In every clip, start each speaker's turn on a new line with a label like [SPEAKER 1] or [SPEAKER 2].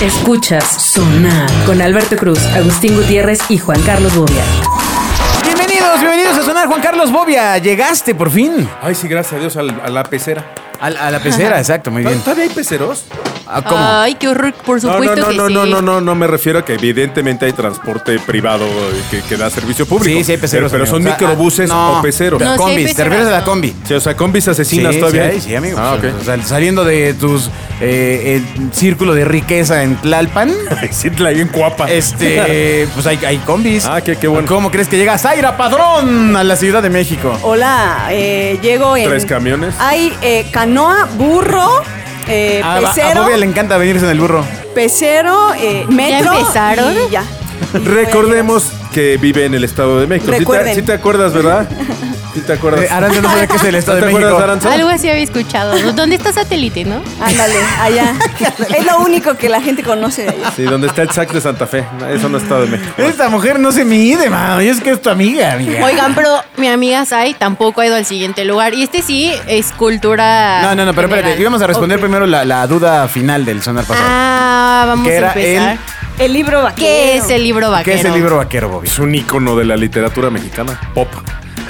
[SPEAKER 1] Escuchas Sonar con Alberto Cruz, Agustín Gutiérrez y Juan Carlos Bobia.
[SPEAKER 2] Bienvenidos, bienvenidos a sonar Juan Carlos Bobia. Llegaste por fin.
[SPEAKER 3] Ay, sí, gracias a Dios, al- a la pecera.
[SPEAKER 2] A, a la pecera, exacto, muy bien.
[SPEAKER 3] ¿Todavía hay peceros?
[SPEAKER 2] Ah, ¿Cómo?
[SPEAKER 4] Ay, qué horror, por
[SPEAKER 3] No, no,
[SPEAKER 4] supuesto
[SPEAKER 3] no,
[SPEAKER 4] que
[SPEAKER 3] no,
[SPEAKER 4] sí.
[SPEAKER 3] no, no, no, no, me refiero a que evidentemente hay transporte privado eh, que, que da servicio público.
[SPEAKER 2] Sí, sí hay peceros.
[SPEAKER 3] Pero, pero son
[SPEAKER 2] amigo. O sea,
[SPEAKER 3] microbuses
[SPEAKER 2] ah, no,
[SPEAKER 3] o peceros.
[SPEAKER 4] No, sí hay
[SPEAKER 2] combis, te
[SPEAKER 4] peceras,
[SPEAKER 2] refieres a la
[SPEAKER 4] no.
[SPEAKER 2] combi.
[SPEAKER 3] Sí, o sea, combis asesinas todavía.
[SPEAKER 2] sí,
[SPEAKER 3] hay.
[SPEAKER 2] sí, amigo.
[SPEAKER 3] Ah,
[SPEAKER 2] O
[SPEAKER 3] ok.
[SPEAKER 2] sea, saliendo de tus eh, el círculo de riqueza en Tlalpan,
[SPEAKER 3] Sí, la hay en Cuapa.
[SPEAKER 2] este, pues hay, hay combis.
[SPEAKER 3] Ah, qué- qué bueno.
[SPEAKER 2] ¿Cómo crees que llega Zaira Padrón a la Ciudad de México?
[SPEAKER 5] Hola, eh, llego en...
[SPEAKER 3] Tres camiones.
[SPEAKER 5] Hay eh, canoa, burro, eh,
[SPEAKER 4] Ah,
[SPEAKER 2] A, a
[SPEAKER 5] pecero,
[SPEAKER 2] Bobia le encanta venirse en el burro.
[SPEAKER 5] pecero, eh, metro
[SPEAKER 4] empezaron?
[SPEAKER 5] y ya.
[SPEAKER 3] Recordemos que vive en el Estado de México. Sí te,
[SPEAKER 5] Recuerden.
[SPEAKER 3] sí te acuerdas, ¿verdad? Sí te acuerdas.
[SPEAKER 2] Eh, Aranza no sabe qué es el Estado
[SPEAKER 3] ¿No te
[SPEAKER 2] de
[SPEAKER 3] acuerdas,
[SPEAKER 2] México.
[SPEAKER 3] Aranza?
[SPEAKER 4] Algo así había escuchado. ¿Dónde está satélite, no?
[SPEAKER 5] Ándale, allá. es lo único que la gente conoce de allá.
[SPEAKER 3] Sí, donde está el sac de Santa Fe. No, Eso no es Estado de México.
[SPEAKER 2] Esta mujer no se mide, mano. Y es que es tu amiga, amiga.
[SPEAKER 4] Oigan, pero mi amiga Sai tampoco ha ido al siguiente lugar. Y este sí es cultura.
[SPEAKER 2] No, no, no, pero
[SPEAKER 4] Ah, general.
[SPEAKER 2] espérate. Íbamos a responder
[SPEAKER 4] Ok.
[SPEAKER 2] primero la, la duda final del sonar pasado.
[SPEAKER 4] Ah, vamos
[SPEAKER 2] Que
[SPEAKER 4] a
[SPEAKER 2] era
[SPEAKER 4] empezar. Ah,
[SPEAKER 2] el-
[SPEAKER 5] El libro vaquero.
[SPEAKER 4] ¿Qué es el libro vaquero?
[SPEAKER 2] ¿Qué es el libro vaquero, Bobby?
[SPEAKER 3] Es un ícono de la literatura mexicana. Pop.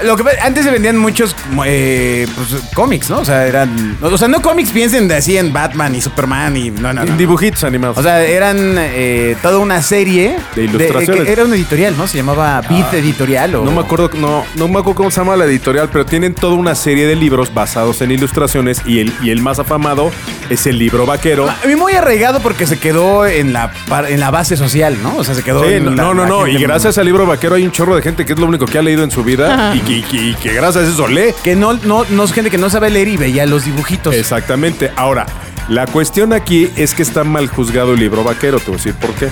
[SPEAKER 2] Lo que pasa- antes se vendían muchos eh, pues, cómics, ¿no? O sea, eran. O sea, no cómics piensen de así en Batman y Superman y. No, no, no.
[SPEAKER 3] Dibujitos animados.
[SPEAKER 2] O sea, eran eh, toda una serie.
[SPEAKER 3] De ilustraciones. Ah,
[SPEAKER 2] de- eh, que era una editorial, ¿no? Se llamaba Beat Editorial o.
[SPEAKER 3] No me acuerdo, no, no me acuerdo cómo se llama la editorial, pero tienen toda una serie de libros basados en ilustraciones y el, y el más afamado es el libro vaquero.
[SPEAKER 2] A mí Ah, muy arraigado porque se quedó en la, par- en la base social, ¿no? O sea, se quedó.
[SPEAKER 3] Sí,
[SPEAKER 2] en
[SPEAKER 3] no,
[SPEAKER 2] la-
[SPEAKER 3] no, no,
[SPEAKER 2] la
[SPEAKER 3] no,
[SPEAKER 2] gente
[SPEAKER 3] Y gracias al libro vaquero hay un chorro de gente que es lo único que ha leído en su vida y, que, y que- y que gracias a eso lee.
[SPEAKER 2] Que no, no, no es gente que no sabe leer y veía los dibujitos.
[SPEAKER 3] Exactamente. Ahora, la cuestión aquí es que está mal juzgado el libro vaquero, te voy a decir por qué.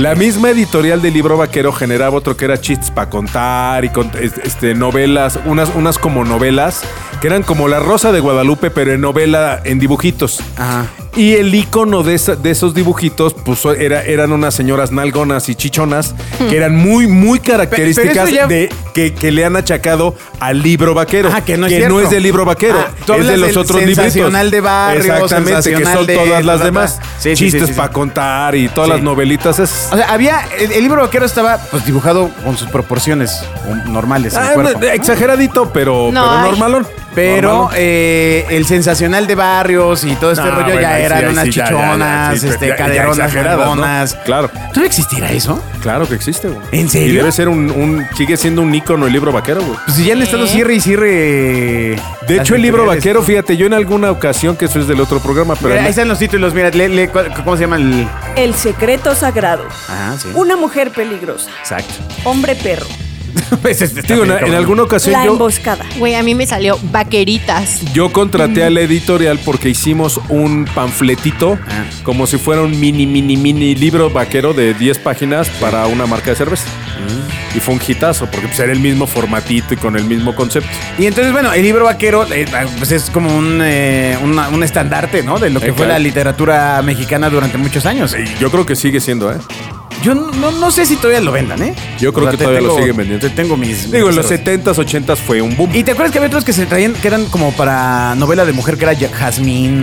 [SPEAKER 3] la misma editorial del libro vaquero generaba otro que era chistes para contar y con- es- este, novelas, unas, unas como novelas, que eran como La Rosa de Guadalupe, pero en novela, en dibujitos.
[SPEAKER 2] Ajá.
[SPEAKER 3] Y el icono de, esa- de esos dibujitos, pues era, eran unas señoras nalgonas y chichonas, que eran muy, muy
[SPEAKER 2] Hmm. Pero
[SPEAKER 3] características
[SPEAKER 2] eso ya-
[SPEAKER 3] de que, que le han achacado al libro vaquero.
[SPEAKER 2] Ah, que no es
[SPEAKER 3] que
[SPEAKER 2] cierto.
[SPEAKER 3] no es del libro vaquero,
[SPEAKER 2] Ah, tú
[SPEAKER 3] es de
[SPEAKER 2] hablas
[SPEAKER 3] los
[SPEAKER 2] del
[SPEAKER 3] otros libritos.
[SPEAKER 2] sensacional de barrio,
[SPEAKER 3] Exactamente, que
[SPEAKER 2] sensacional
[SPEAKER 3] son
[SPEAKER 2] de-
[SPEAKER 3] todas las
[SPEAKER 2] ta, ta,
[SPEAKER 3] demás.
[SPEAKER 2] ta. Sí, sí,
[SPEAKER 3] Chistes
[SPEAKER 2] sí, sí, sí.
[SPEAKER 3] para contar y todas
[SPEAKER 2] Sí. Ah,
[SPEAKER 3] las novelitas. esas.
[SPEAKER 2] O sea, había. El, el libro vaquero estaba pues, dibujado con sus proporciones um, normales. del
[SPEAKER 3] Ah,
[SPEAKER 2] cuerpo.
[SPEAKER 3] no, exageradito, pero,
[SPEAKER 4] No,
[SPEAKER 3] pero
[SPEAKER 4] ay.
[SPEAKER 3] normalón.
[SPEAKER 2] Pero
[SPEAKER 3] Normalón.
[SPEAKER 2] eh, el sensacional de barrios y todo este
[SPEAKER 3] No,
[SPEAKER 2] rollo
[SPEAKER 3] bueno,
[SPEAKER 2] ya
[SPEAKER 3] ahí sí,
[SPEAKER 2] eran
[SPEAKER 3] ahí
[SPEAKER 2] unas
[SPEAKER 3] sí, ya, ya, ya,
[SPEAKER 2] chichonas,
[SPEAKER 3] sí,
[SPEAKER 2] este,
[SPEAKER 3] ya, ya
[SPEAKER 2] caderonas,
[SPEAKER 3] exageradas, ¿no?
[SPEAKER 2] nalgonas.
[SPEAKER 3] Claro.
[SPEAKER 2] ¿Tú no existirá eso?
[SPEAKER 3] Claro que existe, güey.
[SPEAKER 2] ¿En serio?
[SPEAKER 3] Y debe ser un, un- sigue siendo un ícono el libro vaquero, güey.
[SPEAKER 2] Pues si ya han estado cierre y cierre.
[SPEAKER 3] De
[SPEAKER 2] las
[SPEAKER 3] hecho, el libro
[SPEAKER 2] editoriales.
[SPEAKER 3] vaquero, fíjate, yo en alguna ocasión, que eso es del otro programa, pero...
[SPEAKER 2] Mira,
[SPEAKER 3] en-
[SPEAKER 2] ahí están los títulos, mira, lee, lee, ¿cuál- ¿cómo se llama el...?
[SPEAKER 5] El secreto sagrado.
[SPEAKER 2] Ah, sí.
[SPEAKER 5] Una mujer peligrosa.
[SPEAKER 2] Exacto.
[SPEAKER 5] Hombre perro.
[SPEAKER 2] Pues, este,
[SPEAKER 3] Digo, en,
[SPEAKER 2] también,
[SPEAKER 3] en
[SPEAKER 2] cabrón.
[SPEAKER 3] alguna ocasión
[SPEAKER 5] la
[SPEAKER 3] Ah, yo,
[SPEAKER 5] emboscada.
[SPEAKER 4] Güey, a mí me salió vaqueritas.
[SPEAKER 3] yo contraté a la editorial porque hicimos un panfletito
[SPEAKER 2] Ah.
[SPEAKER 3] como si fuera un mini, mini, mini libro vaquero de 10 páginas para una marca de cerveza.
[SPEAKER 2] Ah.
[SPEAKER 3] Y fue un hitazo porque pues, era el mismo formatito y con el mismo concepto.
[SPEAKER 2] Y entonces, bueno, el libro vaquero eh, pues es como un, eh, una- un estandarte, ¿no? De lo que
[SPEAKER 3] Eh,
[SPEAKER 2] fue
[SPEAKER 3] claro.
[SPEAKER 2] la literatura mexicana durante muchos años.
[SPEAKER 3] Y yo creo que sigue siendo, ¿eh?
[SPEAKER 2] Yo no, no- no sé si todavía lo vendan, ¿eh?
[SPEAKER 3] Yo creo que
[SPEAKER 2] te
[SPEAKER 3] todavía lo
[SPEAKER 2] tengo-
[SPEAKER 3] siguen vendiendo.
[SPEAKER 2] te tengo mis...
[SPEAKER 3] Digo,
[SPEAKER 2] mis
[SPEAKER 3] en los
[SPEAKER 2] reservas.
[SPEAKER 3] 70s, 80s fue un boom.
[SPEAKER 2] ¿Y te acuerdas que había otros que se traían, que eran como para novela de mujer, que era Ya- Jazmín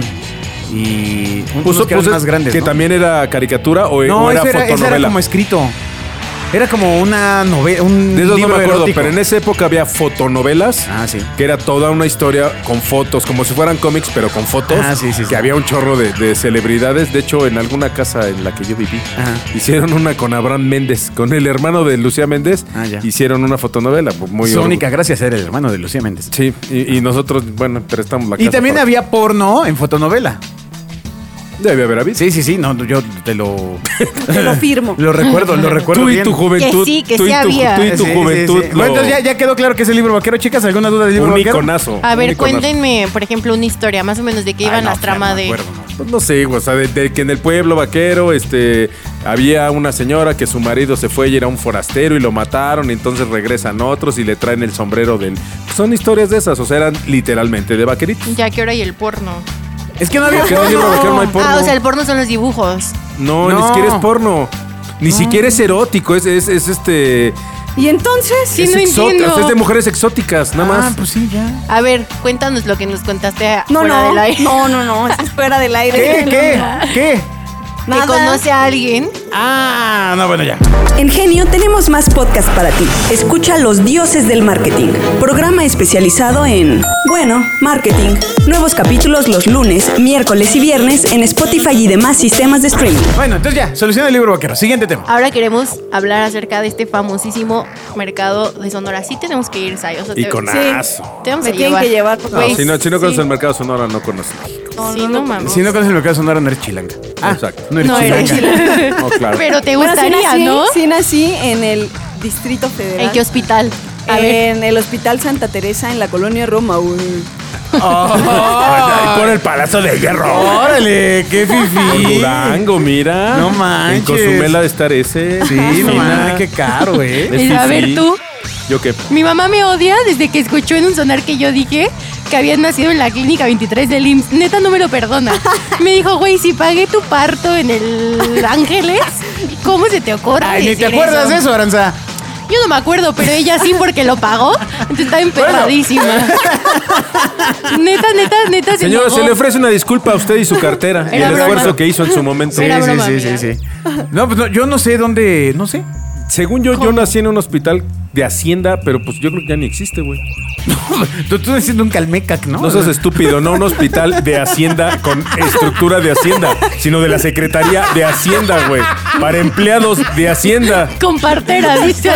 [SPEAKER 2] y un-
[SPEAKER 3] Puso-
[SPEAKER 2] unos que eran
[SPEAKER 3] puso-
[SPEAKER 2] más grandes,
[SPEAKER 3] pues que
[SPEAKER 2] ¿no?
[SPEAKER 3] también era caricatura o,
[SPEAKER 2] No,
[SPEAKER 3] o era
[SPEAKER 2] ese era, ese era
[SPEAKER 3] fotonovela.
[SPEAKER 2] como escrito. Era como una novela, un
[SPEAKER 3] De esos no
[SPEAKER 2] libro
[SPEAKER 3] me acuerdo,
[SPEAKER 2] erótico.
[SPEAKER 3] pero en esa época había fotonovelas.
[SPEAKER 2] Ah, sí.
[SPEAKER 3] Que era toda una historia con fotos, como si fueran cómics, pero con fotos.
[SPEAKER 2] Ah, sí, sí,
[SPEAKER 3] Que
[SPEAKER 2] sí.
[SPEAKER 3] había un chorro de, de celebridades. De hecho, en alguna casa en la que yo viví,
[SPEAKER 2] Ajá.
[SPEAKER 3] hicieron una con Abraham Méndez, con el hermano de Lucía Méndez.
[SPEAKER 2] Ah, ya.
[SPEAKER 3] Hicieron una fotonovela. pues, Muy
[SPEAKER 2] Sónica, gracias, era el hermano de Lucía Méndez.
[SPEAKER 3] Sí, y, y nosotros, bueno, prestamos la
[SPEAKER 2] Y
[SPEAKER 3] casa
[SPEAKER 2] también
[SPEAKER 3] para-
[SPEAKER 2] había porno en fotonovela.
[SPEAKER 3] Debe haber habido.
[SPEAKER 2] Sí, sí, sí, no, yo te lo...
[SPEAKER 5] Te lo firmo.
[SPEAKER 2] lo recuerdo, lo recuerdo
[SPEAKER 3] Tú y
[SPEAKER 2] bien.
[SPEAKER 3] tu juventud.
[SPEAKER 4] Que sí, que
[SPEAKER 3] tú,
[SPEAKER 4] sí
[SPEAKER 3] y tu,
[SPEAKER 4] había.
[SPEAKER 3] tú y tu
[SPEAKER 2] Sí, sí,
[SPEAKER 3] juventud.
[SPEAKER 2] sí.
[SPEAKER 3] lo-
[SPEAKER 2] Bueno, entonces ya, ya quedó claro que es el libro vaquero, chicas. ¿Alguna duda del libro
[SPEAKER 3] un
[SPEAKER 2] vaquero?
[SPEAKER 3] iconazo.
[SPEAKER 4] A
[SPEAKER 3] un
[SPEAKER 4] ver,
[SPEAKER 3] iconazo.
[SPEAKER 4] cuéntenme, por ejemplo, una historia más o menos de qué
[SPEAKER 2] Ay,
[SPEAKER 4] iban
[SPEAKER 2] no,
[SPEAKER 4] las
[SPEAKER 2] ya
[SPEAKER 4] tramas
[SPEAKER 2] no me
[SPEAKER 4] de.
[SPEAKER 2] acuerdo, no.
[SPEAKER 3] Pues no sé, güey, o sea, de, de que en el pueblo vaquero, este, había una señora que su marido se fue y era un forastero y lo mataron, y entonces regresan otros y le traen el sombrero del. Son historias de esas, o sea, eran literalmente de vaqueritos.
[SPEAKER 4] Ya que hora y el porno.
[SPEAKER 2] Es que no había
[SPEAKER 3] Porque en el libro vaquero no hay porno.
[SPEAKER 4] Ah, o sea, el porno son los dibujos.
[SPEAKER 3] No, ni
[SPEAKER 2] No.
[SPEAKER 3] siquiera es porno. Ni siquiera es erótico, es, es, es este.
[SPEAKER 5] Y entonces,
[SPEAKER 4] Sí,
[SPEAKER 3] es
[SPEAKER 4] no
[SPEAKER 3] exótico,
[SPEAKER 4] entiendo.
[SPEAKER 3] o sea, es de mujeres exóticas, nada
[SPEAKER 2] Ah,
[SPEAKER 3] más.
[SPEAKER 2] pues sí, ya.
[SPEAKER 4] A ver, cuéntanos lo que nos contaste
[SPEAKER 5] no,
[SPEAKER 4] fuera
[SPEAKER 5] no,
[SPEAKER 4] del aire.
[SPEAKER 5] no, no, no, es fuera del aire.
[SPEAKER 2] ¿Qué? ¿Qué? ¿Qué?
[SPEAKER 5] Nada.
[SPEAKER 4] que conoce a alguien.
[SPEAKER 2] Ah, no, bueno, ya.
[SPEAKER 6] En Genio tenemos más podcast para ti. Escucha Los Dioses del Marketing, programa especializado en, bueno, marketing. Nuevos capítulos los lunes, miércoles y viernes en Spotify y demás sistemas de streaming.
[SPEAKER 2] Bueno, entonces ya, soluciona el libro vaquero. Siguiente tema.
[SPEAKER 4] Ahora queremos hablar acerca de este famosísimo mercado de Sonora. Sí tenemos que ir, Sai. O sea, te-
[SPEAKER 3] Iconazo.
[SPEAKER 4] Te vamos
[SPEAKER 5] Me
[SPEAKER 4] a
[SPEAKER 5] tienen
[SPEAKER 4] llevar.
[SPEAKER 5] que llevar, por
[SPEAKER 3] No,
[SPEAKER 5] favor.
[SPEAKER 4] Pues,
[SPEAKER 3] Ah, si no, si no
[SPEAKER 4] sí.
[SPEAKER 3] conoces el mercado sonora, no conoces.
[SPEAKER 4] Sí, no, mames.
[SPEAKER 2] Si no conoces el mercado sonora, no eres chilanga.
[SPEAKER 3] Exacto.
[SPEAKER 2] Ah, No eres
[SPEAKER 4] No
[SPEAKER 2] chilanga.
[SPEAKER 4] eres
[SPEAKER 3] chilanga. No, claro.
[SPEAKER 4] Pero te
[SPEAKER 5] Bueno, sí
[SPEAKER 4] gustaría,
[SPEAKER 5] nací,
[SPEAKER 4] ¿no?
[SPEAKER 5] sí nací en el Distrito Federal.
[SPEAKER 4] ¿En qué hospital? A ver.
[SPEAKER 5] en el Hospital Santa Teresa, en la colonia Roma. güey.
[SPEAKER 3] Ay, por el palazo de hierro.
[SPEAKER 2] Órale, qué
[SPEAKER 3] Por
[SPEAKER 2] fifi.
[SPEAKER 3] Durango, mira.
[SPEAKER 2] No manches.
[SPEAKER 3] En Cozumel ha de estar ese.
[SPEAKER 2] Sí, no mames, qué caro, eh.
[SPEAKER 4] Mira, a ver, tú.
[SPEAKER 3] Yo qué.
[SPEAKER 4] Mi mamá me odia desde que escuchó en un sonar que yo dije que habías nacido en la clínica 23 del IMSS. Neta, no me lo perdona. Me dijo, güey, si pagué tu parto en el Ángeles, ¿cómo se te ocurre
[SPEAKER 2] Ay, ni te
[SPEAKER 4] decir
[SPEAKER 2] acuerdas de eso, Aranza.
[SPEAKER 4] Yo no me acuerdo, pero ella sí porque lo pagó. Entonces está emperradísima. neta, neta, neta. se
[SPEAKER 3] Señora,
[SPEAKER 4] enojó.
[SPEAKER 3] se le ofrece una disculpa a usted y su cartera y
[SPEAKER 4] Era
[SPEAKER 3] el
[SPEAKER 4] broma.
[SPEAKER 3] esfuerzo que hizo en su momento.
[SPEAKER 4] Era
[SPEAKER 2] sí,
[SPEAKER 4] broma
[SPEAKER 2] sí,
[SPEAKER 4] mía.
[SPEAKER 2] sí, sí. No, pues no, yo no sé dónde, no sé.
[SPEAKER 3] Según yo, yo nací en un hospital de Hacienda, pero pues yo creo que ya ni existe, güey.
[SPEAKER 2] Tú, tú haciendo un calmecac, ¿no?
[SPEAKER 3] No seas estúpido, no un hospital de Hacienda con estructura de Hacienda, sino de la Secretaría de Hacienda, güey. Para empleados de Hacienda.
[SPEAKER 4] Con partera, dice.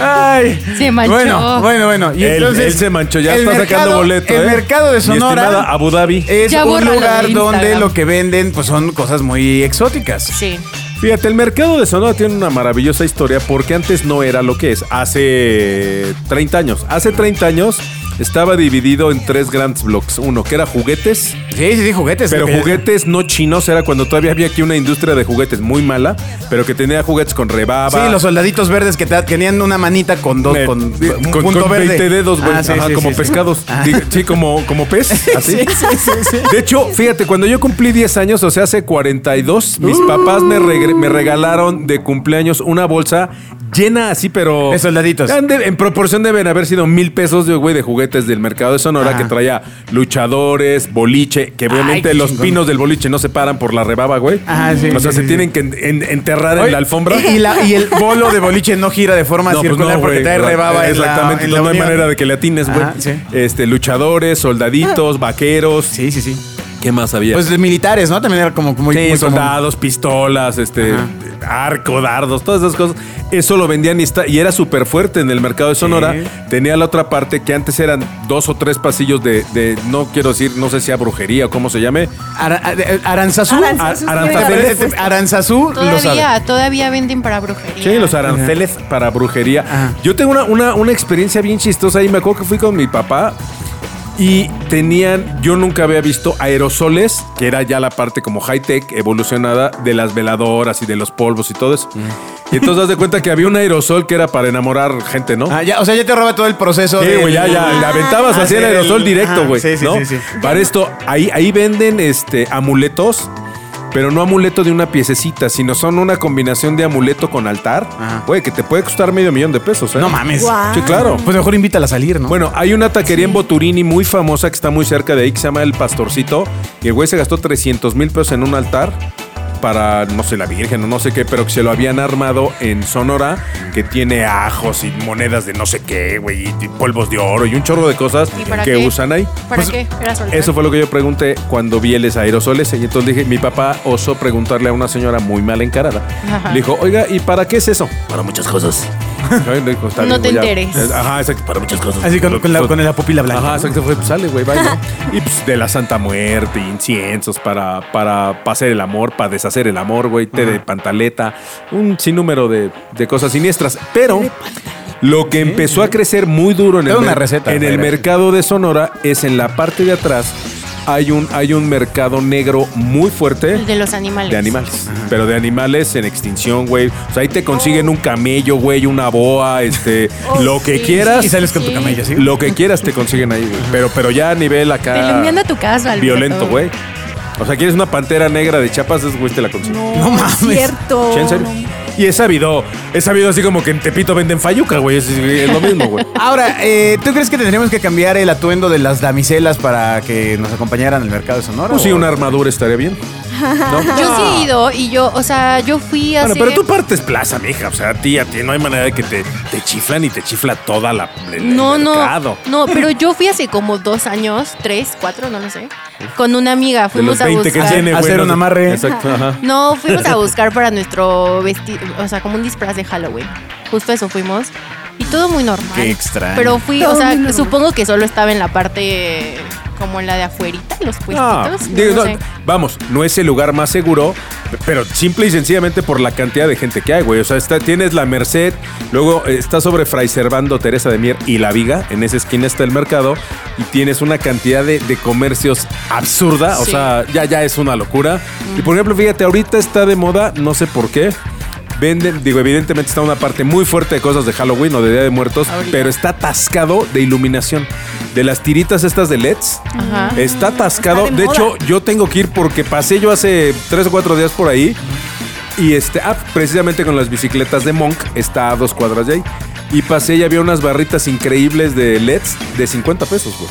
[SPEAKER 2] Ay.
[SPEAKER 4] Se manchó.
[SPEAKER 2] Bueno, bueno, bueno. Y
[SPEAKER 3] Él-
[SPEAKER 2] entonces,
[SPEAKER 3] él se manchó, ya
[SPEAKER 2] el
[SPEAKER 3] está sacando boleto,
[SPEAKER 2] El
[SPEAKER 3] ¿eh?
[SPEAKER 2] mercado de
[SPEAKER 3] Mi
[SPEAKER 2] Sonora.
[SPEAKER 3] estimada Abu Dhabi.
[SPEAKER 2] Es
[SPEAKER 4] Ya
[SPEAKER 2] un
[SPEAKER 4] bórralo de
[SPEAKER 2] lugar donde
[SPEAKER 4] Instagram.
[SPEAKER 2] lo que venden pues son cosas muy exóticas.
[SPEAKER 4] Sí.
[SPEAKER 3] Fíjate, el mercado de Sonora tiene una maravillosa historia porque antes no era lo que es. Hace 30 años. Hace 30 años estaba dividido en tres grandes blocks. Uno que era juguetes,
[SPEAKER 2] Sí, sí, sí, juguetes.
[SPEAKER 3] Pero
[SPEAKER 2] Lo que-
[SPEAKER 3] juguetes no chinos era cuando todavía había aquí una industria de juguetes muy mala, pero que tenía juguetes con rebaba.
[SPEAKER 2] Sí, los soldaditos verdes que te- tenían una manita con dos,
[SPEAKER 3] eh,
[SPEAKER 2] con,
[SPEAKER 3] con,
[SPEAKER 2] un
[SPEAKER 3] con
[SPEAKER 2] punto verde.
[SPEAKER 3] 20 dedos, güey.
[SPEAKER 2] Ah, sí,
[SPEAKER 3] Ajá,
[SPEAKER 2] sí,
[SPEAKER 3] como
[SPEAKER 2] sí, sí.
[SPEAKER 3] pescados. Digo, Sí, como, como pez. Así.
[SPEAKER 2] Sí, sí, sí, sí.
[SPEAKER 3] De hecho, fíjate, cuando yo cumplí 10 años, o sea, hace 42, mis
[SPEAKER 2] Uh.
[SPEAKER 3] papás me, regre- me regalaron de cumpleaños una bolsa llena así, pero...
[SPEAKER 2] De soldaditos.
[SPEAKER 3] Han de- en proporción deben haber sido mil pesos de, güey, de juguetes del mercado de Sonora
[SPEAKER 2] Ajá.
[SPEAKER 3] que traía luchadores, boliche, que obviamente
[SPEAKER 2] qué
[SPEAKER 3] los
[SPEAKER 2] chingón.
[SPEAKER 3] pinos del boliche no se paran por la rebaba, güey.
[SPEAKER 2] Ajá, sí,
[SPEAKER 3] O sea,
[SPEAKER 2] sí,
[SPEAKER 3] se
[SPEAKER 2] sí,
[SPEAKER 3] tienen que en- en- enterrar en
[SPEAKER 2] Oye,
[SPEAKER 3] la alfombra.
[SPEAKER 2] Y, la- y el bolo de boliche no gira de forma
[SPEAKER 3] No, pues
[SPEAKER 2] circular
[SPEAKER 3] no,
[SPEAKER 2] porque
[SPEAKER 3] güey.
[SPEAKER 2] trae rebaba en la-
[SPEAKER 3] Exactamente,
[SPEAKER 2] en la
[SPEAKER 3] no, no hay
[SPEAKER 2] unión.
[SPEAKER 3] manera de que le atines, güey.
[SPEAKER 2] Ajá, sí.
[SPEAKER 3] Este, luchadores, soldaditos, vaqueros.
[SPEAKER 2] Sí, sí, sí.
[SPEAKER 3] ¿Qué más había?
[SPEAKER 2] Pues de militares, ¿no? También era como muy,
[SPEAKER 3] Sí,
[SPEAKER 2] muy común.
[SPEAKER 3] soldados, pistolas, este, arco, dardos, todas esas cosas. Eso lo vendían y, está- y era súper fuerte en el mercado de Sonora. Tenía la otra parte que antes eran dos o tres pasillos de, de- no quiero decir, no sé si a brujería o cómo se llame.
[SPEAKER 2] Ara- eh, Aranzazú.
[SPEAKER 5] Aranzazú.
[SPEAKER 2] Ar- Aranzazú.
[SPEAKER 3] Tiene la
[SPEAKER 2] Este, Aranzazú lo sabe.
[SPEAKER 4] Todavía, todavía venden para brujería.
[SPEAKER 3] Sí, los aranceles para brujería.
[SPEAKER 2] Ajá.
[SPEAKER 3] Yo tengo una, una- una experiencia bien chistosa ahí. Me acuerdo que fui con mi papá y tenían, yo nunca había visto aerosoles, que era ya la parte como high-tech, evolucionada, de las veladoras y de los polvos y todo eso. Y entonces das de cuenta que había un aerosol que era para enamorar gente, ¿no?
[SPEAKER 2] Ah, ya, o sea, ya te roba todo el proceso.
[SPEAKER 3] Sí,
[SPEAKER 2] del-
[SPEAKER 3] güey, ya, ya. Le aventabas
[SPEAKER 2] Ah,
[SPEAKER 3] así el
[SPEAKER 2] del-
[SPEAKER 3] aerosol
[SPEAKER 2] Ajá,
[SPEAKER 3] directo, güey.
[SPEAKER 2] Sí, sí,
[SPEAKER 3] ¿no?
[SPEAKER 2] sí, sí.
[SPEAKER 3] Para esto, ahí, ahí venden este, amuletos, pero no amuleto de una piececita, sino son una combinación de amuleto con altar,
[SPEAKER 2] Ajá.
[SPEAKER 3] güey, que te puede costar medio millón de pesos, ¿eh?
[SPEAKER 2] No mames.
[SPEAKER 5] Guau.
[SPEAKER 3] Sí, claro.
[SPEAKER 2] Pues mejor invítala a salir, ¿no?
[SPEAKER 3] Bueno, hay una taquería en Boturini muy famosa que está muy cerca de ahí que se llama El Pastorcito. Y el güey se gastó 300 mil pesos en un altar para, no sé, la Virgen o no sé qué, pero que se lo habían armado en Sonora, que tiene ajos y monedas de no sé qué, güey, y polvos de oro y un chorro de cosas
[SPEAKER 4] ¿Y para
[SPEAKER 3] que
[SPEAKER 4] qué?
[SPEAKER 3] usan ahí.
[SPEAKER 4] ¿Para
[SPEAKER 3] Pues,
[SPEAKER 4] qué? Era soltar.
[SPEAKER 3] Eso fue lo que yo pregunté cuando vi el aerosoles. Y entonces dije, mi papá osó preguntarle a una señora muy mal encarada.
[SPEAKER 4] Ajá.
[SPEAKER 3] Le dijo, oiga, ¿y para qué es eso? Para muchas cosas.
[SPEAKER 4] No te enteres.
[SPEAKER 3] Ajá, exacto, para muchas cosas.
[SPEAKER 2] Así con, con la, con la pupila blanca.
[SPEAKER 3] Ajá, exacto, fue, pues, sale, güey, bye, ¿no? Y pues de la Santa Muerte, inciensos para, para, pa' hacer el amor, para deshacer el amor, güey, té de pantaleta, un sinnúmero de, de cosas siniestras. Pero lo que empezó a crecer muy duro en el,
[SPEAKER 2] Era una
[SPEAKER 3] mer-
[SPEAKER 2] receta,
[SPEAKER 3] en el
[SPEAKER 2] era.
[SPEAKER 3] mercado de Sonora es en la parte de atrás hay un, hay un mercado negro muy fuerte.
[SPEAKER 4] El de los animales.
[SPEAKER 3] De animales. Pero de animales en extinción, güey. O sea, ahí te consiguen un camello, güey, una boa, este, lo que
[SPEAKER 4] Oh, sí.
[SPEAKER 3] quieras.
[SPEAKER 2] Y sales con tu camello, ¿sí?
[SPEAKER 3] Lo que quieras te consiguen ahí, güey. Pero, pero ya a nivel acá.
[SPEAKER 4] Te lo envían a tu casa, Alberto.
[SPEAKER 3] Violento, güey. O sea, quieres una pantera negra de chapas, güey, te la consiguen.
[SPEAKER 5] No, es
[SPEAKER 2] mames.
[SPEAKER 5] cierto.
[SPEAKER 3] ¿Sí, en serio?
[SPEAKER 5] No.
[SPEAKER 3] Y he sabido, he sabido así como que en Tepito venden fayuca, güey. Es, es lo mismo, güey.
[SPEAKER 2] Ahora, eh, ¿tú crees que tendríamos que cambiar el atuendo de las damiselas para que nos acompañaran al mercado de Sonora?
[SPEAKER 3] Pues sí,
[SPEAKER 2] o-
[SPEAKER 3] una armadura estaría bien. ¿no?
[SPEAKER 4] Yo sí he ido y yo, o sea, yo fui hace...
[SPEAKER 3] Bueno, pero tú partes plaza, mija. O sea, a ti, a ti no hay manera de que te, te chiflan y te chifla toda la. el
[SPEAKER 4] No, no,
[SPEAKER 3] mercado.
[SPEAKER 4] no, pero yo fui hace como dos años, tres, cuatro, no lo sé, con una amiga,
[SPEAKER 3] De
[SPEAKER 4] fuimos
[SPEAKER 3] los
[SPEAKER 4] a
[SPEAKER 3] 20 que
[SPEAKER 4] buscar.
[SPEAKER 3] tiene, güey.
[SPEAKER 2] Hacer
[SPEAKER 3] no
[SPEAKER 2] un
[SPEAKER 3] sé.
[SPEAKER 2] amarre.
[SPEAKER 3] Exacto, ajá.
[SPEAKER 4] No, fuimos a buscar para nuestro vestido, o sea, como un disfraz de Halloween. Justo eso fuimos. Y todo muy normal.
[SPEAKER 2] Qué extraño.
[SPEAKER 4] Pero fui,
[SPEAKER 6] Todo
[SPEAKER 4] o sea,
[SPEAKER 6] muy normal.
[SPEAKER 4] supongo que solo estaba en la parte como en la de afuerita, los
[SPEAKER 3] Ah,
[SPEAKER 4] puestitos.
[SPEAKER 3] digo,
[SPEAKER 4] no
[SPEAKER 3] no,
[SPEAKER 4] sé.
[SPEAKER 3] vamos, no es el lugar más seguro, pero simple y sencillamente por la cantidad de gente que hay, güey. O sea, está, tienes la Merced, luego eh, está sobre Fray Servando, Teresa de Mier y La Viga. En esa esquina está el mercado y tienes una cantidad de, de comercios absurda. O
[SPEAKER 4] Sí.
[SPEAKER 3] sea, ya, ya es una locura. Y por ejemplo, fíjate, ahorita está de moda, no sé por qué. Venden, digo, evidentemente está una parte muy fuerte de cosas de Halloween o de Día de Muertos,
[SPEAKER 4] Ahorita.
[SPEAKER 3] pero está atascado de iluminación. De las tiritas estas de E LEDs,
[SPEAKER 4] Ajá.
[SPEAKER 3] Está atascado.
[SPEAKER 5] Está de
[SPEAKER 3] de
[SPEAKER 5] moda.
[SPEAKER 3] hecho, yo tengo que ir porque pasé yo hace tres o cuatro días por ahí. Y este, ah, precisamente con las bicicletas de Monk, está a dos cuadras de ahí. Y pasé y había unas barritas increíbles de LEDs de 50 pesos, güey.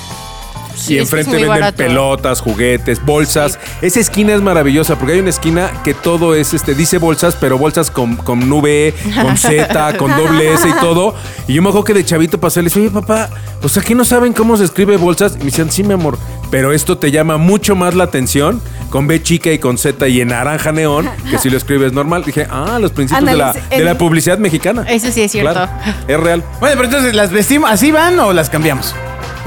[SPEAKER 4] Sí,
[SPEAKER 3] y
[SPEAKER 4] es que es
[SPEAKER 3] enfrente
[SPEAKER 4] muy
[SPEAKER 3] venden
[SPEAKER 4] barato.
[SPEAKER 3] pelotas, juguetes, bolsas. Esa esquina es maravillosa porque hay una esquina que todo es, este, dice bolsas, pero bolsas con, con nube, con Z, con doble S y todo. Y yo me acuerdo que de chavito pasé y le dije, oye papá, pues aquí no saben cómo se escribe bolsas. Y me decían, sí, mi amor, pero esto te llama mucho más la atención con B chica y con Z y en naranja neón, que si lo escribes normal. Dije, ah, los principios de la,
[SPEAKER 5] Analice-
[SPEAKER 3] de la
[SPEAKER 5] el-
[SPEAKER 3] publicidad mexicana.
[SPEAKER 4] Eso sí es cierto.
[SPEAKER 3] Claro, es real.
[SPEAKER 2] Bueno, pero entonces, ¿las vestimos así van o las cambiamos?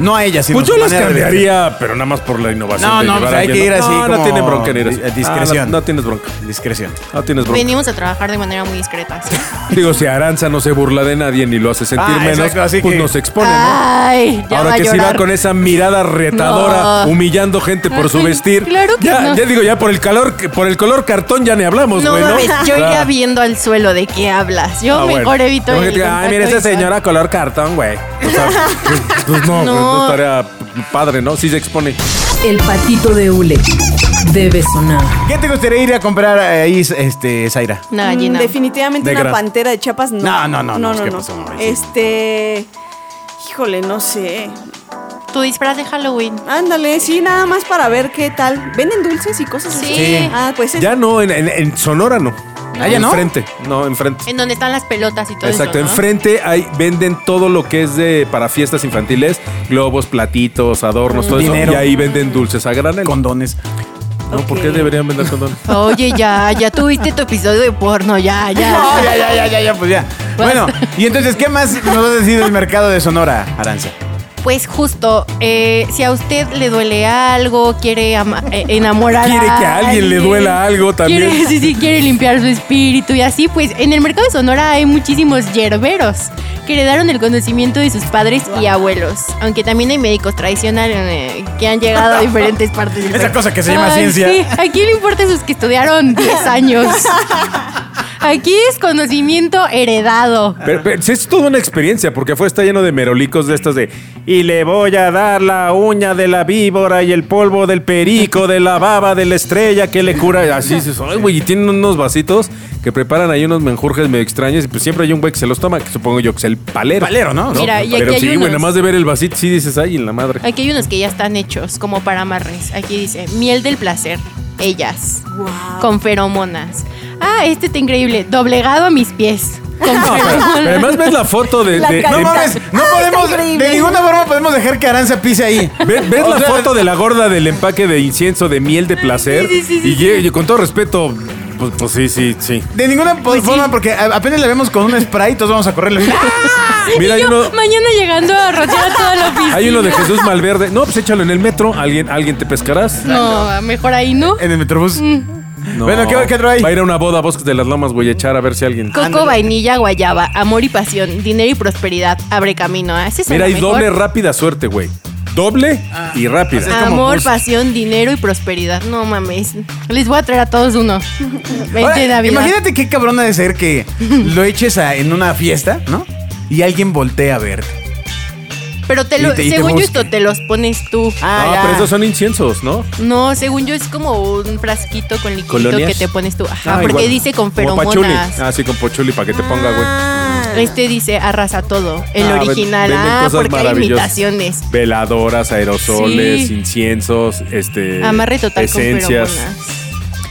[SPEAKER 2] No a ellas, sino
[SPEAKER 3] Pues yo
[SPEAKER 2] su
[SPEAKER 3] las
[SPEAKER 2] manera de vestir.
[SPEAKER 3] cambiaría, pero nada más por la innovación.
[SPEAKER 2] No,
[SPEAKER 3] de
[SPEAKER 2] no,
[SPEAKER 3] llevar
[SPEAKER 2] pues hay
[SPEAKER 3] a
[SPEAKER 2] que
[SPEAKER 3] alguien.
[SPEAKER 2] ir así
[SPEAKER 3] No, no
[SPEAKER 2] como
[SPEAKER 3] tiene bronca en ir así.
[SPEAKER 2] di- discreción.
[SPEAKER 3] Ah, no, no tienes bronca.
[SPEAKER 2] Discreción.
[SPEAKER 3] No tienes bronca.
[SPEAKER 4] Venimos a trabajar de manera muy discreta. ¿sí?
[SPEAKER 3] Digo, si Aranza no se burla de nadie ni lo hace sentir
[SPEAKER 2] Ah,
[SPEAKER 3] menos,
[SPEAKER 2] exacto, así
[SPEAKER 3] pues
[SPEAKER 2] que-
[SPEAKER 3] nos expone, ¿no?
[SPEAKER 4] Ay, Ah, ya va
[SPEAKER 3] Ahora
[SPEAKER 4] a
[SPEAKER 3] que si va
[SPEAKER 4] llorar.
[SPEAKER 3] con esa mirada retadora,
[SPEAKER 4] No.
[SPEAKER 3] humillando gente por su vestir.
[SPEAKER 4] Claro que
[SPEAKER 3] ya,
[SPEAKER 4] no.
[SPEAKER 3] ya digo, ya por el calor, por el color cartón ya ni hablamos,
[SPEAKER 4] No
[SPEAKER 3] güey, ¿no?
[SPEAKER 4] mames, yo iría
[SPEAKER 3] Ah.
[SPEAKER 4] viendo al suelo de qué hablas. Yo
[SPEAKER 3] Ah, bueno.
[SPEAKER 4] mejor evito
[SPEAKER 3] Luego
[SPEAKER 4] el
[SPEAKER 3] que te diga, Ay, mira, esa
[SPEAKER 4] contacto visual".
[SPEAKER 3] señora color cartón, güey. O sea, pues, pues no,
[SPEAKER 4] No.
[SPEAKER 3] pues no estaría padre, ¿no? Sí se expone.
[SPEAKER 1] El patito de hule debe sonar.
[SPEAKER 2] ¿Qué te gustaría ir a comprar ahí, este, Zaira?
[SPEAKER 4] Una
[SPEAKER 5] Mm,
[SPEAKER 4] gallina.
[SPEAKER 5] Definitivamente
[SPEAKER 2] Negra.
[SPEAKER 5] una pantera de Chiapas no.
[SPEAKER 2] No, no, no, no, ¿qué pasó? Ay, sí.
[SPEAKER 5] Este. Híjole, no sé.
[SPEAKER 4] tu disfraz de Halloween.
[SPEAKER 5] Ándale, sí, nada más para ver qué tal. ¿Venden dulces y cosas
[SPEAKER 4] Sí.
[SPEAKER 5] así?
[SPEAKER 4] Sí.
[SPEAKER 5] Ah, pues es.
[SPEAKER 3] Ya no, en, en- en Sonora no.
[SPEAKER 2] ¿Ah, ya no?
[SPEAKER 3] Enfrente, no, enfrente.
[SPEAKER 4] En donde están las pelotas y todo
[SPEAKER 3] Exacto,
[SPEAKER 4] eso. ¿no?
[SPEAKER 3] enfrente hay, venden todo lo que es de para fiestas infantiles, globos, platitos, adornos, todo
[SPEAKER 2] Dinero.
[SPEAKER 3] eso. Y ahí venden dulces a granel.
[SPEAKER 2] Condones.
[SPEAKER 3] no, ¿por qué
[SPEAKER 5] Ok.
[SPEAKER 3] deberían vender condones?
[SPEAKER 4] Oye, ya, ya tuviste tu episodio de porno, ya,
[SPEAKER 2] No,
[SPEAKER 4] ya.
[SPEAKER 2] ya, ya, ya, ya, ya, pues ya. Bueno, y entonces, ¿qué más nos vas a decir del mercado de Sonora, Aranza?
[SPEAKER 4] Pues justo, eh, si a usted le duele algo, quiere ama- eh, enamorar
[SPEAKER 3] Quiere que a alguien le
[SPEAKER 4] alguien,
[SPEAKER 3] duela algo también.
[SPEAKER 4] Quiere, sí, sí, quiere limpiar su espíritu y así, pues en el mercado de Sonora hay muchísimos yerberos que heredaron el conocimiento de sus padres y abuelos. Aunque también hay médicos tradicionales eh, que han llegado a diferentes partes del
[SPEAKER 2] Esa
[SPEAKER 4] país.
[SPEAKER 2] cosa que se llama ciencia.
[SPEAKER 4] Sí, ¿A quién le importa sus que estudiaron 10 años? Aquí es conocimiento heredado.
[SPEAKER 3] Pero, pero sí, es toda una experiencia, porque fue está lleno de merolicos de estas de y le voy a dar la uña de la víbora y el polvo del perico, de la baba, de la estrella que le cura. Y Así dices, ay, güey, y tienen unos vasitos que preparan ahí unos menjurjes medio extraños, y pues siempre hay un güey que se los toma, que supongo yo que es el palero.
[SPEAKER 2] Palero, ¿no?
[SPEAKER 4] Mira, y
[SPEAKER 3] Pero
[SPEAKER 4] aquí hay
[SPEAKER 3] sí, güey,
[SPEAKER 4] unos.
[SPEAKER 3] nada más de ver el vasito, sí dices, ay, en la madre.
[SPEAKER 4] Aquí hay unos que ya están hechos, como para amarres. Aquí dice, miel del placer, ellas,
[SPEAKER 5] Guau.
[SPEAKER 4] con feromonas. Ah, este está increíble, doblegado a mis pies, con
[SPEAKER 3] No, pero,
[SPEAKER 4] feromonas.
[SPEAKER 3] pero además ves la foto de.
[SPEAKER 5] La
[SPEAKER 3] de- de-
[SPEAKER 5] cara.
[SPEAKER 2] No mames, no
[SPEAKER 5] Ay, está
[SPEAKER 2] podemos,
[SPEAKER 5] increíble.
[SPEAKER 2] de ninguna forma podemos dejar que Aranza pise ahí.
[SPEAKER 3] ve- ves
[SPEAKER 2] O
[SPEAKER 3] la
[SPEAKER 2] sea,
[SPEAKER 3] foto de la gorda del empaque de incienso de miel de placer.
[SPEAKER 4] sí, sí, sí,
[SPEAKER 3] y llega- y con todo respeto, pues, pues sí, sí, sí.
[SPEAKER 2] De ninguna po- forma, porque a- apenas la vemos con un spray, todos vamos a correrle.
[SPEAKER 3] Mira,
[SPEAKER 4] Y
[SPEAKER 3] hay
[SPEAKER 4] yo
[SPEAKER 3] uno,
[SPEAKER 4] mañana llegando a rociar a toda la oficina.
[SPEAKER 3] hay uno de Jesús Malverde. No, pues échalo en el metro. Alguien, alguien te pescarás.
[SPEAKER 4] No, mejor ahí no.
[SPEAKER 2] En el metrobús.
[SPEAKER 3] No.
[SPEAKER 2] Bueno, ¿qué, qué otro hay?
[SPEAKER 3] Va a ir a una boda a Bosques de las Lomas, voy a echar a ver si alguien.
[SPEAKER 4] Coco, vainilla, guayaba, amor y pasión, dinero y prosperidad, abre camino. Ah, ese es
[SPEAKER 3] Mira,
[SPEAKER 4] el
[SPEAKER 3] hay
[SPEAKER 4] mejor. Ah.
[SPEAKER 3] doble rápida suerte, güey. Doble y rápida.
[SPEAKER 2] como
[SPEAKER 4] Amor,
[SPEAKER 2] bus.
[SPEAKER 4] pasión, dinero y prosperidad. No mames. Les voy a traer a todos uno. ¿eh?
[SPEAKER 2] Ahora,
[SPEAKER 4] Veinte Navidad.
[SPEAKER 2] imagínate qué cabrón ha de ser que lo eches a- en una fiesta, ¿no? Y alguien voltea a verte.
[SPEAKER 4] Pero te
[SPEAKER 2] Y
[SPEAKER 4] lo,
[SPEAKER 2] te- y te
[SPEAKER 4] según yo
[SPEAKER 2] busca.
[SPEAKER 4] esto te los pones tú.
[SPEAKER 2] Ah,
[SPEAKER 3] no,
[SPEAKER 2] ya.
[SPEAKER 3] pero esos son inciensos, ¿no?
[SPEAKER 4] No, según yo es como un frasquito con liquidito
[SPEAKER 3] Colonias.
[SPEAKER 4] que te pones tú. Ajá,
[SPEAKER 3] Ah,
[SPEAKER 4] porque
[SPEAKER 3] igual.
[SPEAKER 4] dice con
[SPEAKER 3] Como pachuli.
[SPEAKER 4] feromonas.
[SPEAKER 3] Ah, sí, con pochuli, para que te ponga, güey.
[SPEAKER 4] Este dice arrasa todo, el
[SPEAKER 3] Ah, ven-
[SPEAKER 4] original.
[SPEAKER 3] venden
[SPEAKER 4] Ah,
[SPEAKER 3] cosas
[SPEAKER 4] porque hay
[SPEAKER 3] maravillosas.
[SPEAKER 4] imitaciones.
[SPEAKER 3] Veladoras, aerosoles,
[SPEAKER 4] Sí.
[SPEAKER 3] inciensos, este.
[SPEAKER 4] Amarre total
[SPEAKER 3] Esencias.
[SPEAKER 4] con feromonas.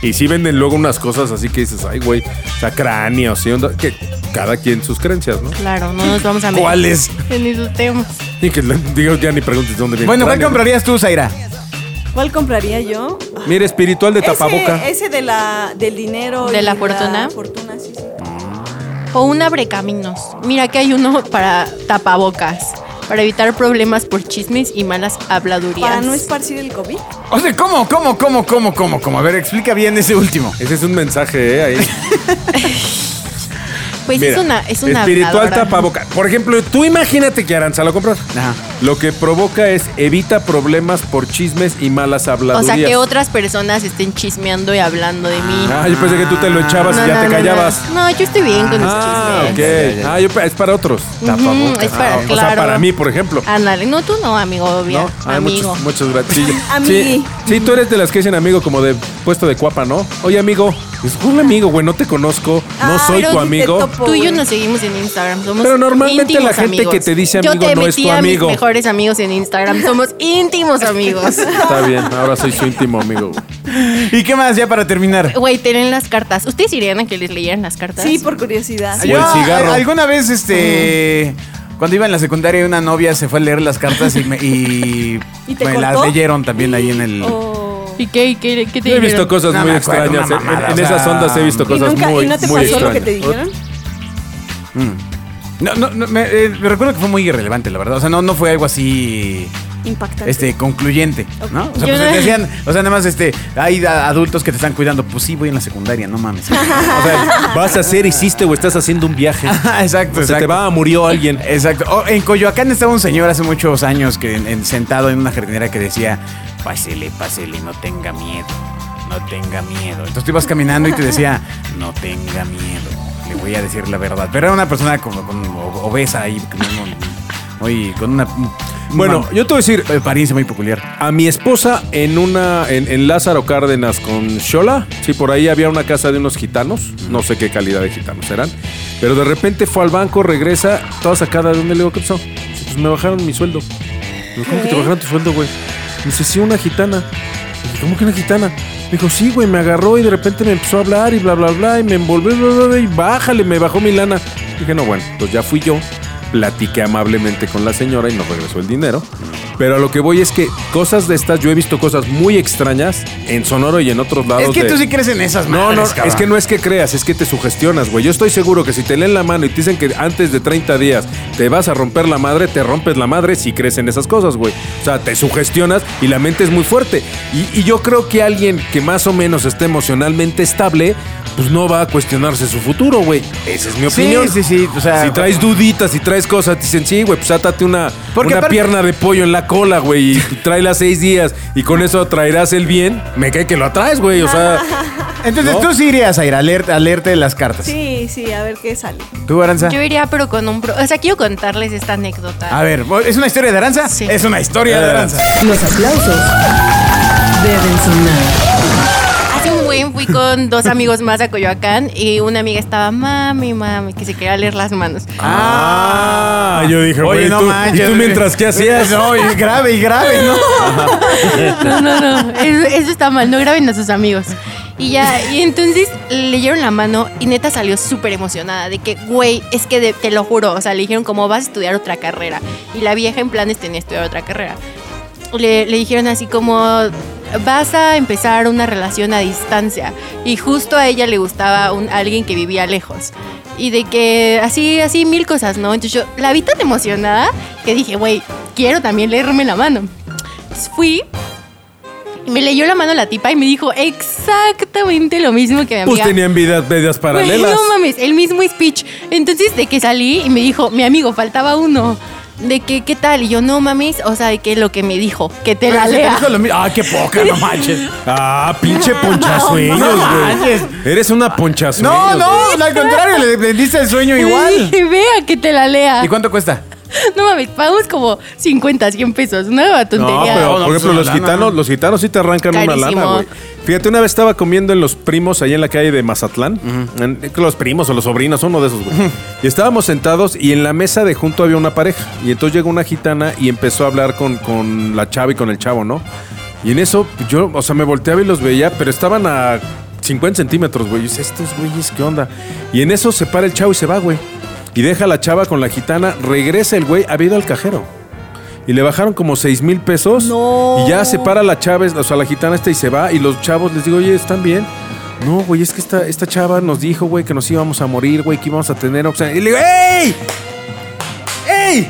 [SPEAKER 3] Y sí venden luego unas cosas así que dices, ay, güey, o sea, cráneos, y onda, que cada quien sus creencias, ¿no?
[SPEAKER 4] Claro, no nos vamos a meter
[SPEAKER 2] ¿Cuáles?
[SPEAKER 4] en esos temas.
[SPEAKER 3] Y que le- digo, ya ni preguntes dónde viene.
[SPEAKER 2] Bueno, ¿cuál
[SPEAKER 3] cráneo, ¿no?
[SPEAKER 2] comprarías tú, Zaira?
[SPEAKER 5] ¿Cuál compraría yo?
[SPEAKER 3] Mira, espiritual de
[SPEAKER 5] Ese-
[SPEAKER 3] tapaboca.
[SPEAKER 5] Ese, de la, del dinero.
[SPEAKER 4] ¿De
[SPEAKER 5] y
[SPEAKER 4] la fortuna?
[SPEAKER 5] fortuna, sí, sí.
[SPEAKER 4] O un abrecaminos. Mira que hay uno para tapabocas, para evitar problemas por chismes y malas habladurías.
[SPEAKER 5] Para no esparcir el COVID.
[SPEAKER 2] O sea, ¿cómo, cómo, cómo, cómo, cómo, cómo? A ver, explica bien ese último.
[SPEAKER 3] Ese es un mensaje, ¿eh? Ahí.
[SPEAKER 4] pues
[SPEAKER 3] Mira,
[SPEAKER 4] es una, es una
[SPEAKER 3] Espiritual
[SPEAKER 4] habladora.
[SPEAKER 3] tapaboca. Por ejemplo, tú imagínate que Aranza lo compras.
[SPEAKER 2] Ajá.
[SPEAKER 3] Lo que provoca es evita problemas por chismes y malas
[SPEAKER 4] O
[SPEAKER 3] habladurías.
[SPEAKER 4] sea, que otras personas estén chismeando y hablando de mí.
[SPEAKER 3] Ah, yo pensé que tú te lo echabas
[SPEAKER 4] No,
[SPEAKER 3] y Pues, ya
[SPEAKER 4] no,
[SPEAKER 3] te
[SPEAKER 4] no,
[SPEAKER 3] callabas.
[SPEAKER 4] No, No, yo estoy bien con mis
[SPEAKER 3] Ah, ok.
[SPEAKER 4] chismes.
[SPEAKER 3] Ah, yo, pe- es para otros. Tapabocas.
[SPEAKER 4] es para-
[SPEAKER 3] Ah, O sea,
[SPEAKER 4] claro.
[SPEAKER 3] para mí, por ejemplo.
[SPEAKER 4] Ándale, no tú no, amigo, obvio.
[SPEAKER 3] ¿No? Hay
[SPEAKER 4] amigo.
[SPEAKER 3] muchos, muchos gatillos.
[SPEAKER 5] Amigui.
[SPEAKER 3] Sí, sí, tú eres de las que dicen amigo como de puesto de cuapa, ¿no? Oye, amigo, es un amigo, güey, no te conozco, no
[SPEAKER 5] Ah,
[SPEAKER 3] soy
[SPEAKER 5] pero
[SPEAKER 3] tu
[SPEAKER 5] sí te
[SPEAKER 3] amigo.
[SPEAKER 5] topo.
[SPEAKER 4] Tú y yo nos seguimos en Instagram. Somos
[SPEAKER 3] Pero normalmente
[SPEAKER 4] íntimos
[SPEAKER 3] la gente
[SPEAKER 4] amigos.
[SPEAKER 3] que te dice
[SPEAKER 4] Yo
[SPEAKER 3] amigo
[SPEAKER 4] te
[SPEAKER 3] no es
[SPEAKER 4] metí
[SPEAKER 3] tu
[SPEAKER 4] a
[SPEAKER 3] amigo.
[SPEAKER 4] Mis mejores amigos en Instagram. Somos íntimos amigos.
[SPEAKER 3] Está bien, ahora soy su íntimo amigo. güey.
[SPEAKER 2] ¿Y qué más ya para terminar?
[SPEAKER 4] Güey, tienen las cartas. ¿Ustedes irían a que les leyeran las cartas?
[SPEAKER 5] Sí, por curiosidad.
[SPEAKER 3] Sí. O el
[SPEAKER 2] Yo,
[SPEAKER 3] cigarro.
[SPEAKER 2] a- Alguna vez, este. Cuando iba en la secundaria, una novia se fue a leer las cartas y me, y
[SPEAKER 5] ¿Y te Oh.
[SPEAKER 2] me las
[SPEAKER 5] cortó?
[SPEAKER 2] leyeron también ahí en el.
[SPEAKER 5] O-
[SPEAKER 4] ¿Y qué, qué, qué te
[SPEAKER 3] Yo he
[SPEAKER 4] dijeron?
[SPEAKER 3] visto cosas
[SPEAKER 2] No
[SPEAKER 3] muy
[SPEAKER 2] me acuerdo,
[SPEAKER 3] extrañas. eh,
[SPEAKER 2] una
[SPEAKER 3] en-
[SPEAKER 2] mamada,
[SPEAKER 3] en,
[SPEAKER 2] o
[SPEAKER 3] esas
[SPEAKER 2] sea,
[SPEAKER 3] ondas he visto
[SPEAKER 2] y
[SPEAKER 5] ¿Y,
[SPEAKER 3] cosas
[SPEAKER 5] nunca,
[SPEAKER 3] muy,
[SPEAKER 5] ¿Y no te pasó
[SPEAKER 3] muy
[SPEAKER 5] lo que te
[SPEAKER 3] extrañas.
[SPEAKER 5] dijeron?
[SPEAKER 2] No, no, no, me, eh, me recuerdo que fue muy irrelevante, la verdad. O sea, no, no fue algo así.
[SPEAKER 5] Impactante.
[SPEAKER 2] Este, concluyente, ¿no? O sea,
[SPEAKER 4] Yo
[SPEAKER 2] pues,
[SPEAKER 4] no-
[SPEAKER 2] te decían, o sea, nada más, este, hay a- adultos que te están cuidando. Pues sí, voy en la secundaria, no mames.
[SPEAKER 3] O sea, vas a hacer, hiciste o estás haciendo un viaje.
[SPEAKER 2] exacto,
[SPEAKER 3] Se
[SPEAKER 2] exacto.
[SPEAKER 3] te va, murió alguien.
[SPEAKER 2] Exacto. O, en Coyoacán estaba un señor hace muchos años que en- en- sentado en una jardinera que decía, pásele, pásele, no tenga miedo, no tenga miedo. Entonces tú ibas caminando y te decía, no tenga miedo, le voy a decir la verdad. Pero era una persona como, como obesa ahí, como muy- muy- con una...
[SPEAKER 3] Bueno,
[SPEAKER 2] una
[SPEAKER 3] yo te voy a decir,
[SPEAKER 2] apariencia muy peculiar.
[SPEAKER 3] A mi esposa en una en, en Lázaro Cárdenas con Xola. Sí, por ahí había una casa de unos gitanos. No sé qué calidad de gitanos eran. Pero de repente fue al banco, regresa, toda sacada. ¿De dónde le digo qué pasó? Dice, Pues me bajaron mi sueldo. Digo, ¿Cómo que te bajaron tu sueldo, güey? Me dice, sí, una gitana. Dije, ¿cómo que una gitana? Me dijo, sí, güey, me agarró y de repente me empezó a hablar y bla, bla, bla, y me envolvió, bla, bla, bla, y bájale, me bajó mi lana. Dije, no, bueno, pues ya fui yo. Platiqué amablemente con la señora y nos regresó el dinero. Pero a lo que voy es que cosas de estas, yo he visto cosas muy extrañas en Sonoro y en otros lados.
[SPEAKER 2] Es que
[SPEAKER 3] de-
[SPEAKER 2] tú sí crees en esas
[SPEAKER 3] no, no,
[SPEAKER 2] madres, cabrón.
[SPEAKER 3] es que no es que creas, es que te sugestionas, güey. Yo estoy seguro que si te leen la mano y te dicen que antes de 30 días te vas a romper la madre, te rompes la madre si crees en esas cosas, güey. O sea, te sugestionas y la mente es muy fuerte. Y, y yo creo que alguien que más o menos esté emocionalmente estable, pues no va a cuestionarse su futuro, güey. Esa es mi
[SPEAKER 2] Sí,
[SPEAKER 3] opinión.
[SPEAKER 2] sí, sí, o sea-
[SPEAKER 3] si traes duditas, si traes cosas, te dicen, sí, güey, pues átate una,
[SPEAKER 2] Porque
[SPEAKER 3] una
[SPEAKER 2] aparte-
[SPEAKER 3] pierna de pollo en la cola, güey, y tráela seis días y con eso traerás el bien. Me cae que lo atraes, güey. O sea,
[SPEAKER 2] Entonces
[SPEAKER 3] ¿No?
[SPEAKER 2] tú sí irías a ir a leer- a leerte las cartas.
[SPEAKER 5] Sí, sí, a ver qué sale.
[SPEAKER 2] ¿Tú, Aranza?
[SPEAKER 4] Yo iría, pero con un... pro- O sea, quiero contarles esta anécdota.
[SPEAKER 3] Ah.
[SPEAKER 2] A ver, ¿es una historia de Aranza?
[SPEAKER 4] Sí.
[SPEAKER 2] Es una historia
[SPEAKER 3] Eh,
[SPEAKER 2] de Aranza.
[SPEAKER 1] Los aplausos deben sonar.
[SPEAKER 4] Hace un buen fui con dos amigos más a Coyoacán y una amiga estaba, mami, mami, que se quería leer las manos.
[SPEAKER 3] Ah, yo dije, güey, tú- ¿y tú mientras qué hacías?
[SPEAKER 2] No, y grave, y grave, ¿no?
[SPEAKER 4] No, no, no, eso, eso está mal, no graben a sus amigos. Y ya, y entonces le leyeron la mano y neta salió súper emocionada de que, güey, es que de- te lo juro, o sea, le dijeron como vas a estudiar otra carrera. Y la vieja en planes tenía estudiar otra carrera. Le, le dijeron así como, vas a empezar una relación a distancia. Y justo a ella le gustaba un, alguien que vivía lejos. Y de que así, así mil cosas, ¿no? Entonces yo la vi tan emocionada que dije, güey, quiero también leerme la mano. Entonces fui y me leyó la mano la tipa y me dijo exactamente lo mismo que mi amiga.
[SPEAKER 3] Pues tenían vidas medias
[SPEAKER 4] Güey,
[SPEAKER 3] paralelas.
[SPEAKER 4] Pues, no mames, el mismo speech. Entonces, de que salí y me dijo, mi amigo, faltaba uno. De que, ¿qué tal? Y yo, no mames, o sea, de que lo que me dijo, que te la lea.
[SPEAKER 2] Hijo, lo mi- Ah, qué poca, no manches.
[SPEAKER 3] Ah, pinche ponchazueños,
[SPEAKER 2] No
[SPEAKER 3] güey.
[SPEAKER 2] manches.
[SPEAKER 3] Eres una ponchazueños.
[SPEAKER 2] No,
[SPEAKER 3] güey.
[SPEAKER 2] no, al contrario, le vendiste el sueño
[SPEAKER 4] Y le
[SPEAKER 2] igual.
[SPEAKER 4] dije, vea que te la lea.
[SPEAKER 2] ¿Y cuánto cuesta?
[SPEAKER 4] No mames, pagamos como 50, 100 pesos. Una
[SPEAKER 3] No,
[SPEAKER 4] tontería.
[SPEAKER 2] No,
[SPEAKER 3] pero
[SPEAKER 2] no,
[SPEAKER 3] por
[SPEAKER 2] pues
[SPEAKER 3] ejemplo,
[SPEAKER 2] una
[SPEAKER 3] los
[SPEAKER 2] lana.
[SPEAKER 3] gitanos, los gitanos sí te arrancan una
[SPEAKER 4] Carísimo.
[SPEAKER 3] lana, güey. Fíjate, una vez estaba comiendo en los primos allá en la calle de Mazatlán, en- eh, los primos o los sobrinos, uno de esos, güey. Y estábamos sentados y en la mesa de junto había una pareja. Y entonces llegó una gitana y empezó a hablar con, con la chava y con el chavo, ¿no? Y en eso yo, o sea, me volteaba y los veía, pero estaban a 50 centímetros, güey. Y dice, estos güeyes, ¿qué onda? Y en eso se para el chavo y se va, güey. Y deja a la chava con la gitana, regresa el güey, había ido al cajero. Y le bajaron como 6 mil pesos.
[SPEAKER 5] No.
[SPEAKER 3] Y ya se para la Chávez, o sea, la gitana esta y se va. Y los chavos les digo, oye, ¿están bien? No, güey, es que esta, esta chava nos dijo, güey, que nos íbamos a morir, güey, que íbamos a tener oxígeno. Y le digo, ¡ey! ¡Ey!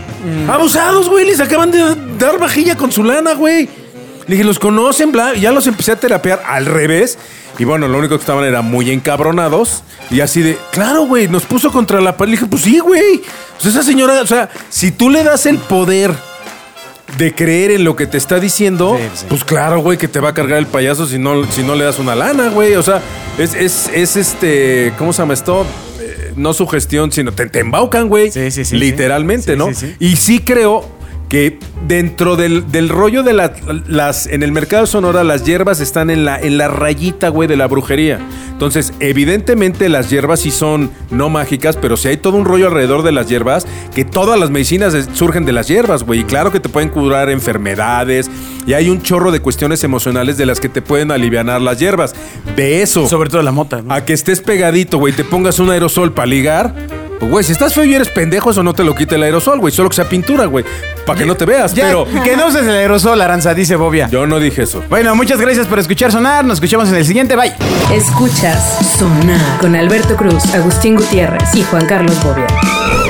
[SPEAKER 3] ¡Abusados, güey! Les acaban de dar vajilla con su lana, güey. Le dije, los conocen, bla. Y ya los empecé a terapear al revés. Y bueno, lo único que estaban era muy encabronados. Y así de, claro, güey, nos puso contra la pared. Le dije, pues sí, güey. O sea, esa señora, o sea, si tú le das el poder de creer en lo que te está diciendo,
[SPEAKER 2] Sí, sí.
[SPEAKER 3] pues claro, güey, que te va a cargar el payaso si no, si no le das una lana, güey. O sea, es, es, es este, ¿cómo se llama esto? Eh, No sugestión, sino te, te embaucan, güey.
[SPEAKER 2] Sí, sí, sí,
[SPEAKER 3] Literalmente,
[SPEAKER 2] sí.
[SPEAKER 3] ¿no?
[SPEAKER 2] Sí, sí, sí.
[SPEAKER 3] Y sí creo que dentro del, del rollo de la- las. En el mercado de Sonora, las hierbas están en la, en la rayita, güey, de la brujería. Entonces, evidentemente, las hierbas sí son no mágicas, pero sí hay todo un rollo alrededor de las hierbas, que todas las medicinas es- surgen de las hierbas, güey. Y claro que te pueden curar enfermedades, y hay un chorro de cuestiones emocionales de las que te pueden alivianar las hierbas. De eso.
[SPEAKER 2] Sobre todo la mota. ¿no?
[SPEAKER 3] A que estés pegadito, güey, te pongas un aerosol para ligar. Pues, Güey, si estás feo y eres pendejo, eso no te lo quita el aerosol, güey. Solo que sea pintura, güey. Para que no te veas,
[SPEAKER 2] Ya,
[SPEAKER 3] pero.
[SPEAKER 2] Que no uses el aerosol, Aranza, dice Bobia.
[SPEAKER 3] Yo no dije eso.
[SPEAKER 2] Bueno, muchas gracias por escuchar sonar. Nos escuchamos en el siguiente. Bye.
[SPEAKER 1] Escuchas Sonar con Alberto Cruz, Agustín Gutiérrez y Juan Carlos Bobia.